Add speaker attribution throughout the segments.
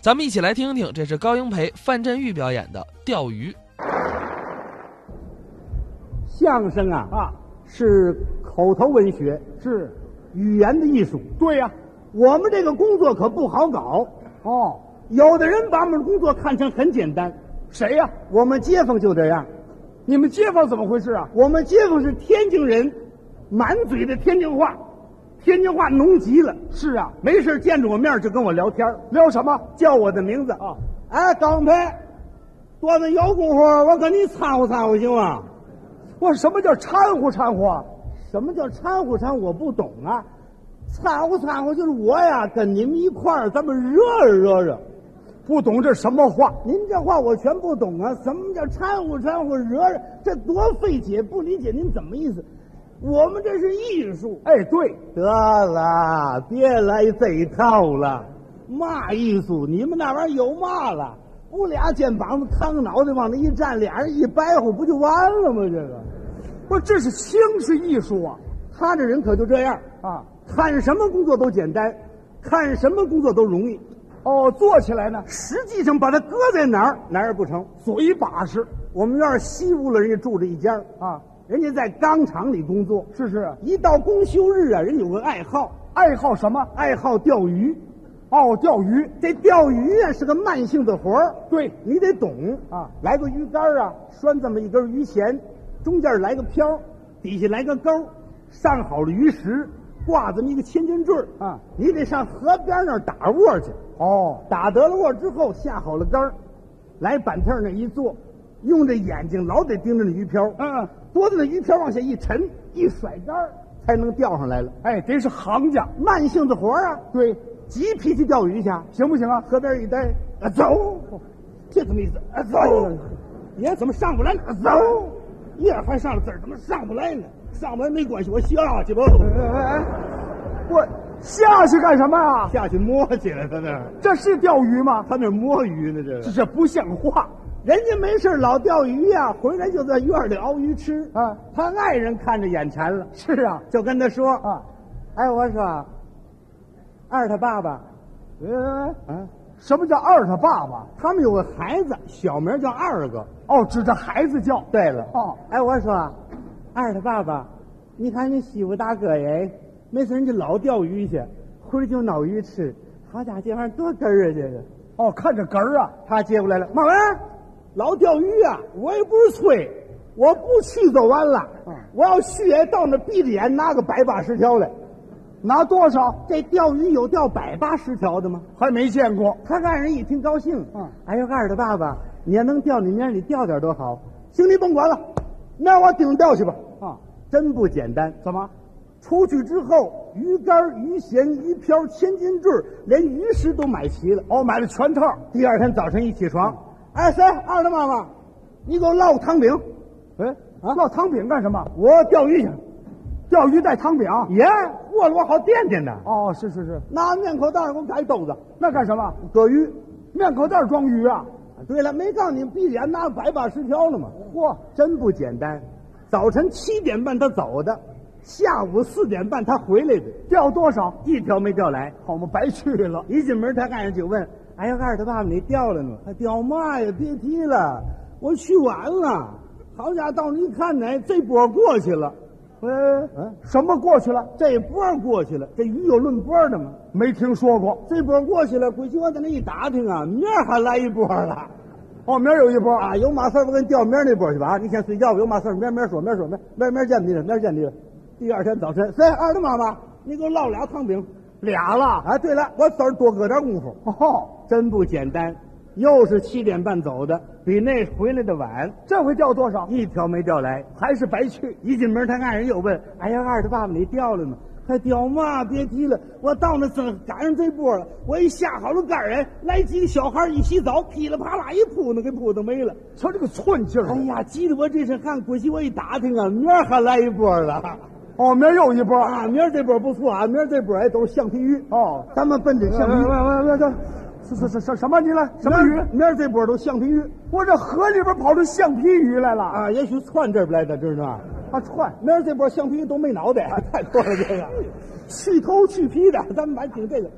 Speaker 1: 咱们一起来听听，这是高英培、范振钰表演的《钓鱼》。
Speaker 2: 相声啊
Speaker 3: 啊，
Speaker 2: 是口头文学，
Speaker 3: 是，
Speaker 2: 语言的艺术。
Speaker 3: 对呀、
Speaker 2: 我们这个工作可不好搞，
Speaker 3: 哦，
Speaker 2: 有的人把我们的工作看成很简单，
Speaker 3: 谁呀、
Speaker 2: 我们街坊就这样。
Speaker 3: 你们街坊怎么回事啊？
Speaker 2: 我们街坊是天津人，满嘴的天津话，天津话浓极了。
Speaker 3: 是啊，
Speaker 2: 没事见着我面就跟我聊天儿，
Speaker 3: 聊什么？
Speaker 2: 叫我的名字
Speaker 3: 啊。
Speaker 2: 哎，刚才多那有功夫，我跟你掺和掺和行吗？
Speaker 3: 我什么叫掺和掺和啊？
Speaker 2: 什么叫掺和掺和？我不懂啊。掺和掺和就是我呀，跟你们一块儿，咱们热热热热。
Speaker 3: 不懂这什么话？
Speaker 2: 您这话我全不懂啊！什么叫掺和掺和惹惹？这多费解，不理解您怎么意思？我们这是艺术。
Speaker 3: 哎，对，
Speaker 2: 得了，别来这一套了。嘛艺术？你们那玩意儿有嘛了？不俩肩膀子扛个脑袋往那一站，俩人一掰乎，不就完了吗？这个，
Speaker 3: 不是，这是轻视艺术啊！
Speaker 2: 他这人可就这样，
Speaker 3: 啊，
Speaker 2: 看什么工作都简单，看什么工作都容易。
Speaker 3: 哦，做起来呢，
Speaker 2: 实际上把它搁在哪儿，哪儿也不成。
Speaker 3: 嘴把式
Speaker 2: 我们院儿西屋了，人家住着一家儿，
Speaker 3: 啊，
Speaker 2: 人家在钢厂里工作，
Speaker 3: 是是，
Speaker 2: 一到公休日啊，人有个爱好，
Speaker 3: 爱好什么？
Speaker 2: 爱好钓鱼。
Speaker 3: 哦，钓鱼。
Speaker 2: 这钓鱼啊是个慢性的活儿，
Speaker 3: 对，
Speaker 2: 你得懂
Speaker 3: 啊
Speaker 2: 来个鱼竿儿啊，拴这么一根鱼弦，中间来个漂，底下来个钩，上好了鱼食，挂这么一个千斤坠儿
Speaker 3: 啊，
Speaker 2: 你得上河边那儿打窝去。
Speaker 3: 哦，
Speaker 2: 打得了窝之后，下好了竿儿，来板凳儿那一坐，用这眼睛老得盯着那鱼漂，
Speaker 3: 嗯，
Speaker 2: 多的那鱼漂往下一沉，一甩竿儿才能钓上来了。
Speaker 3: 哎，得是行家，
Speaker 2: 慢性子活儿啊，
Speaker 3: 对，
Speaker 2: 急脾气钓鱼去啊，
Speaker 3: 行不行啊？
Speaker 2: 河边一待，啊走，这什么意思？啊走，
Speaker 3: 哦
Speaker 2: 爷怎么上不来呢？啊走，叶还上了字儿，怎么上不来呢？上不来没关系，我下去吧，
Speaker 3: 哎哎哎，我下去干什么啊？
Speaker 2: 下去摸去了，他那儿
Speaker 3: 这是钓鱼吗？
Speaker 2: 他那儿摸鱼呢，这
Speaker 3: 这
Speaker 2: 是。
Speaker 3: 这不像话。
Speaker 2: 人家没事儿老钓鱼呀、回来就在院里熬鱼吃
Speaker 3: 啊
Speaker 2: 他爱人看着眼馋了，
Speaker 3: 是啊，
Speaker 2: 就跟他说
Speaker 3: 啊，
Speaker 2: 哎，我说，二他爸爸，
Speaker 3: 哎哎哎，
Speaker 2: 啊，
Speaker 3: 什么叫二他爸爸？
Speaker 2: 他们有个孩子，小名叫二哥。
Speaker 3: 哦，指着孩子叫。
Speaker 2: 对了，
Speaker 3: 哦，
Speaker 2: 哎，我说，二他爸爸，你看你媳妇大哥耶，没事人家老钓鱼去，回来就捞鱼吃，好家伙，这玩意儿多哏儿啊，这个。
Speaker 3: 哦，看着哏儿啊，
Speaker 2: 他接过来了，马文，老钓鱼啊，我也不是吹，我不去走弯了，我要去也到那儿闭着眼拿个百八十条来。
Speaker 3: 拿多少？
Speaker 2: 这钓鱼有钓百八十条的吗？
Speaker 3: 还没见过。
Speaker 2: 他爱人一听高兴，
Speaker 3: 嗯
Speaker 2: 哎呦，二的爸爸，你要能钓，你明儿你钓点多好。行，你甭管了，那我顶钓去吧。
Speaker 3: 啊，
Speaker 2: 真不简单，
Speaker 3: 怎么？
Speaker 2: 出去之后，鱼竿、鱼弦、鱼漂、千斤坠，连鱼食都买齐了。
Speaker 3: 哦，买了全套。嗯
Speaker 2: 第二天早晨一起床，哎，谁二的妈妈，你给我烙个汤饼，啊
Speaker 3: 哎，烙汤饼干什么？
Speaker 2: 我钓鱼去。
Speaker 3: 钓鱼带汤饼。
Speaker 2: 爷，和了我好垫垫呢。
Speaker 3: 哦，是是是，
Speaker 2: 拿面口袋儿给我改兜子，
Speaker 3: 那干什么？
Speaker 2: 搁鱼。
Speaker 3: 面口袋装鱼啊？
Speaker 2: 对了，没告诉你闭着眼拿百八十条了吗？
Speaker 3: 嚯，
Speaker 2: 真不简单。早晨七点半他走的，下午四点半他回来的，
Speaker 3: 钓多少？
Speaker 2: 一条没钓来。
Speaker 3: 好嘛，白去了。
Speaker 2: 一进门，他爱人就问：“哎呀，二他爸爸，你掉了吗？”“掉嘛呀，别提了，我去晚了。好家伙，到你看呢，这波过去了，
Speaker 3: 哎，什么过去了？
Speaker 2: 这波过去了，这鱼有论波的吗？
Speaker 3: 没听说过。
Speaker 2: 这波过去了，估计我在那一打听啊，明儿还来一波了。
Speaker 3: 哦，明儿有一波啊。
Speaker 2: 啊，有嘛事儿我给你调明儿那波去吧。啊，你先睡觉吧，有嘛事儿明儿明儿说，明儿说，明儿明儿明儿见你了，明儿见你了。第二天早晨，谁二的妈妈，你给我烙俩汤饼。
Speaker 3: 俩了。
Speaker 2: 啊，对了，我早上多搁点功夫。
Speaker 3: 哦，
Speaker 2: 真不简单，又是七点半走的，比那回来的晚，
Speaker 3: 这回钓多少？
Speaker 2: 一条没钓来。
Speaker 3: 还是白去。
Speaker 2: 一进门，他爱人又问：“哎呀，二的爸爸，你钓了吗？”还钓嘛？别提了，我到那正赶上这波了。我一下好了杆儿，哎来几个小孩儿一洗澡，噼里啪啦一扑腾，给扑腾没了。
Speaker 3: 瞧这个寸劲儿。啊
Speaker 2: 哎呀，急得我这身汗。估计我一打听啊，明儿还来一波了。
Speaker 3: 哦，明儿又一波。
Speaker 2: 啊，明儿这波不错啊，明儿这波哎都是橡皮鱼，
Speaker 3: 哦，
Speaker 2: 咱们奔着橡皮鱼。
Speaker 3: 喂喂喂，这这这什什么？你来呃什么
Speaker 2: 明儿
Speaker 3: 鱼？
Speaker 2: 明儿这波都橡皮鱼
Speaker 3: 我这河里边跑出橡皮鱼来了啊！
Speaker 2: 啊，也许窜这边来的，知道吗？
Speaker 3: 啊，串
Speaker 2: 明儿这波 橡皮鱼都没脑袋，太多了这个，去头去皮的，咱们买挺这个。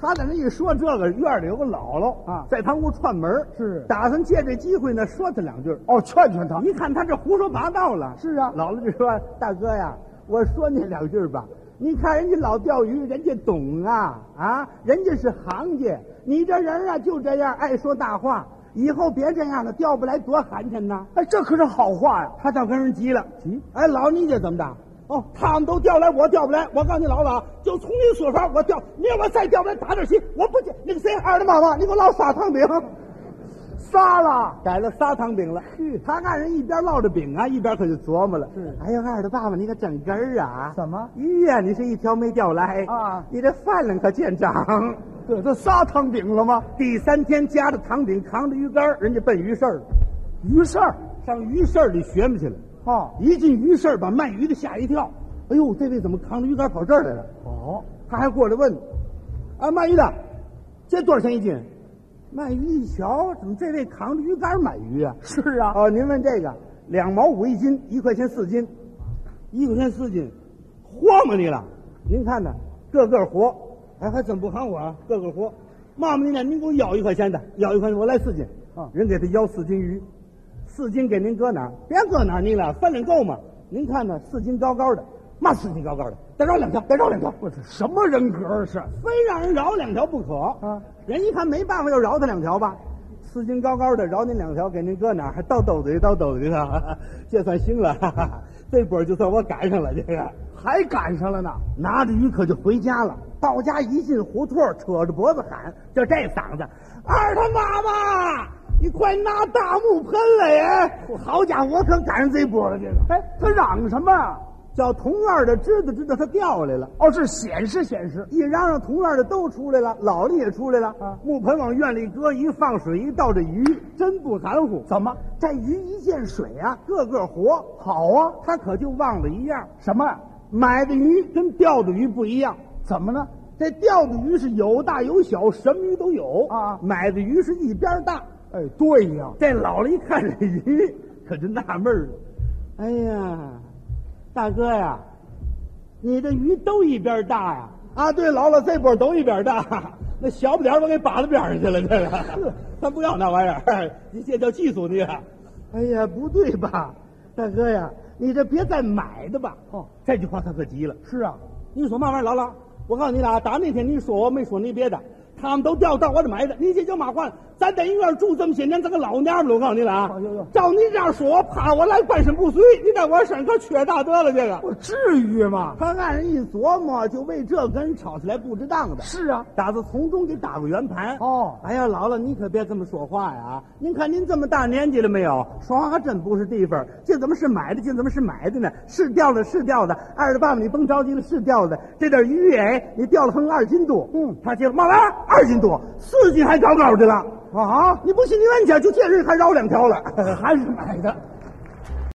Speaker 2: 他在那一说这个，院里有个姥姥
Speaker 3: 啊
Speaker 2: 在堂屋串门儿
Speaker 3: 是
Speaker 2: 打算借这机会呢说他两句儿。
Speaker 3: 哦，劝劝他。
Speaker 2: 一看他这胡说八道了，
Speaker 3: 是啊
Speaker 2: 姥姥就说：“大哥呀，我说你两句吧。你看人家老钓鱼，人家懂啊啊，人家是行家。你这人啊就这样，爱说大话。以后别这样了，钓不来多寒碜呐。
Speaker 3: 哎，这可是好话呀。
Speaker 2: 他倒跟人急了，
Speaker 3: 急
Speaker 2: 哎，老你得怎么着？哦，他们都钓来，我钓不来。我告诉你，老老，就从你所说，我钓，明儿我再钓不来，打点心，我不见那个谁，二的妈妈，你给我烙仨 糖饼。
Speaker 3: 撒了，
Speaker 2: 改了仨糖饼了。 他按人一边烙着饼啊，一边可就琢磨了。
Speaker 3: 是
Speaker 2: 哎呀，二的爸爸，你可整根儿啊？
Speaker 3: 怎么
Speaker 2: 鱼呀、你是一条没钓来
Speaker 3: 啊
Speaker 2: 你这饭量可见长。
Speaker 3: 对，这撒汤饼了吗？
Speaker 2: 第三天夹着糖饼，扛着鱼竿儿，人家奔鱼市儿了，
Speaker 3: 于是儿，
Speaker 2: 上鱼市儿里学摸去了。
Speaker 3: 哦，
Speaker 2: 一进鱼市儿，把卖鱼的吓一跳。哎呦，这位怎么扛着鱼竿跑这儿来了？
Speaker 3: 哦，
Speaker 2: 他还过来问：“啊，卖鱼的，这多少钱一斤？”卖鱼一瞧，怎么这位扛着鱼竿买鱼啊？
Speaker 3: 是啊，
Speaker 2: 哦，您问这个，两毛五一斤，一块钱四斤，一块钱四斤，活吗你了？您看呢，个个活，哎，还怎么不喊我啊？个个活，骂骂你俩，您给我咬一块钱的，咬一块钱，我来四斤。
Speaker 3: 啊
Speaker 2: 人给他要四斤鱼，四斤给您搁哪儿？别搁哪儿，你俩饭量够吗？您看呢，四斤高高的，嘛四斤高高的，再绕两条，再绕两条，
Speaker 3: 我这什么人格儿是？
Speaker 2: 非让人饶两条不可
Speaker 3: 啊！
Speaker 2: 人一看没办法，就饶他两条吧。四斤高高的，饶您两条，给您搁哪儿？还倒斗子里，倒斗子里头，这算兴了。 哈哈这波就算我赶上了，这个
Speaker 3: 还赶上了呢。
Speaker 2: 拿着鱼可就回家了。到家一进胡同，扯着脖子喊，就这嗓子：“二他妈妈，你快拿大木喷来呀！”好家伙，我可赶上这波了，这个
Speaker 3: 哎，他嚷什么啊？
Speaker 2: 叫同院的知道知道他掉来了。
Speaker 3: 哦，是显示显示。
Speaker 2: 一嚷嚷，同院的都出来了，老的也出来了。
Speaker 3: 啊
Speaker 2: 木盆往院里搁，一放水，一倒这鱼，真不含糊。
Speaker 3: 怎么？
Speaker 2: 这鱼一见水啊，个个活。
Speaker 3: 好啊？
Speaker 2: 他可就忘了一样，
Speaker 3: 什么？
Speaker 2: 买的鱼跟钓的鱼不一样。
Speaker 3: 怎么呢？
Speaker 2: 这钓的鱼是有大有小，什么鱼都有
Speaker 3: 啊
Speaker 2: 买的鱼是一边大。
Speaker 3: 哎，对呀、
Speaker 2: 这老了一看这鱼，可就纳闷儿了。哎呀，大哥呀，你这鱼都一边大呀！啊，对，老了这波都一边大， 那小不点儿我给把到边上去了，这个咱不要那玩意儿， 你这叫技术你。哎呀，不对吧，大哥呀，你这别再买的吧。
Speaker 3: 哦，
Speaker 2: 这句话他可急了。
Speaker 3: 是啊，
Speaker 2: 你说嘛玩意儿，老老？我告诉你俩，打那天你说我没说你别的，他们都掉到我这埋的。你这叫嘛话？咱在医院住这么些年，咱个老娘们了。我告诉你俩啊
Speaker 3: 哎呦呦，
Speaker 2: 照你这样说，怕我来半身不遂。你在我身上可缺大德了，这个。
Speaker 3: 我至于吗？
Speaker 2: 他按人一琢磨，就为这跟人吵起来不值当的。
Speaker 3: 是啊，
Speaker 2: 打算从中给打个圆盘。
Speaker 3: 哦
Speaker 2: 哎呀，姥姥，您可别这么说话呀！您看您这么大年纪了没有？说话还真不是地方。这怎么是买的？这怎么是买的呢？是钓的，是钓的。二的爸爸，你甭着急了，是钓的。这点鱼哎，你钓了横二斤多。
Speaker 3: 嗯，
Speaker 2: 他接着嘛玩意儿？二斤多，四斤还高高的了。啊！你不信你问去，就这日还饶两条了。
Speaker 3: 还是买的。